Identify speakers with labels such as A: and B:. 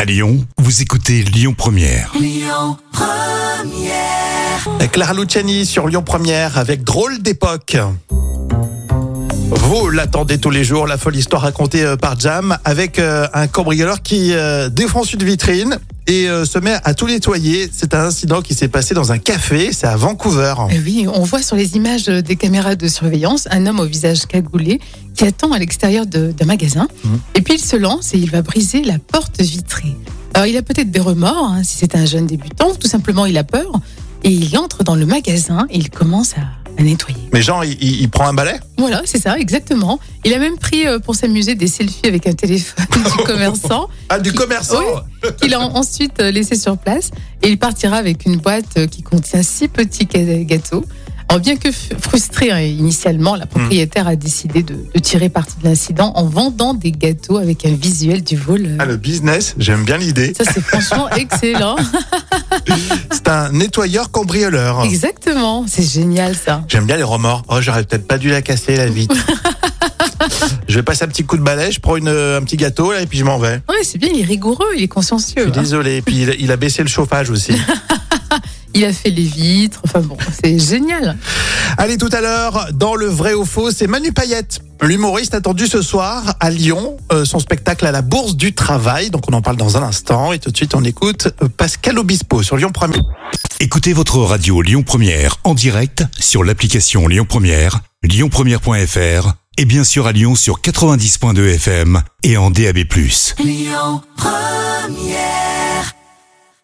A: À Lyon, vous écoutez Lyon Première.
B: Clara Luciani sur Lyon Première avec Drôle d'époque. Vous l'attendez tous les jours, la folle histoire racontée euh, par Jam avec euh, un cambrioleur qui euh, défonce une vitrine et euh, se met à tout nettoyer. C'est un incident qui s'est passé dans un café, c'est à Vancouver.
C: Eh Oui, on voit sur les images des caméras de surveillance un homme au visage cagoulé qui attend à l'extérieur de- d'un magasin.
B: Mhm.
C: Et puis il se lance et il va briser la porte vitrée. Alors il a peut-être des remords hein, si c'est un jeune débutant, ou tout simplement il a peur. Et il entre dans le magasin et il commence à, à nettoyer.
B: Mais Jean, il, il- il prend un balai
C: Voilà, c'est ça, exactement. Il a même pris euh, pour s'amuser des selfies avec un téléphone du commerçant
B: Ah, du commerçant
C: qu'il a ensuite euh, laissé sur place et il partira avec une boîte euh, qui contient six petits ga- gâteaux. Alors bien que f- frustré hein, initialement, la propriétaire a décidé de, de tirer parti de l'incident en vendant des gâteaux avec un visuel du vol. euh,
B: Ah, le business, j'aime bien l'idée.
C: Ça c'est franchement excellent.
B: C'est un nettoyeur cambrioleur.
C: Exactement, c'est génial ça.
B: J'aime bien les remords. Oh, j'aurais peut-être pas dû la casser, la vitre. je vais passer un petit coup de balai, je prends une, euh, un petit gâteau, là, et puis je m'en vais.
C: Ouais, c'est bien, il est rigoureux, il est
B: Je
C: consciencieux.
B: suis
C: hein.
B: désolé. Et puis il, il a baissé le chauffage aussi.
C: Il a fait les vitres, enfin bon, c'est génial.
B: Allez, tout à l'heure, dans le vrai ou faux, c'est Manu Payette, l'humoriste attendu ce soir à Lyon, euh, son spectacle à la Bourse du Travail. Donc on en parle dans un instant. Et tout de suite, on écoute euh, Pascal Obispo sur Lyon 1
A: Écoutez votre radio Lyon Première en direct sur l'application Lyon Première, lyonpremière.fr et bien sûr à Lyon sur 90.2 FM et en DAB+.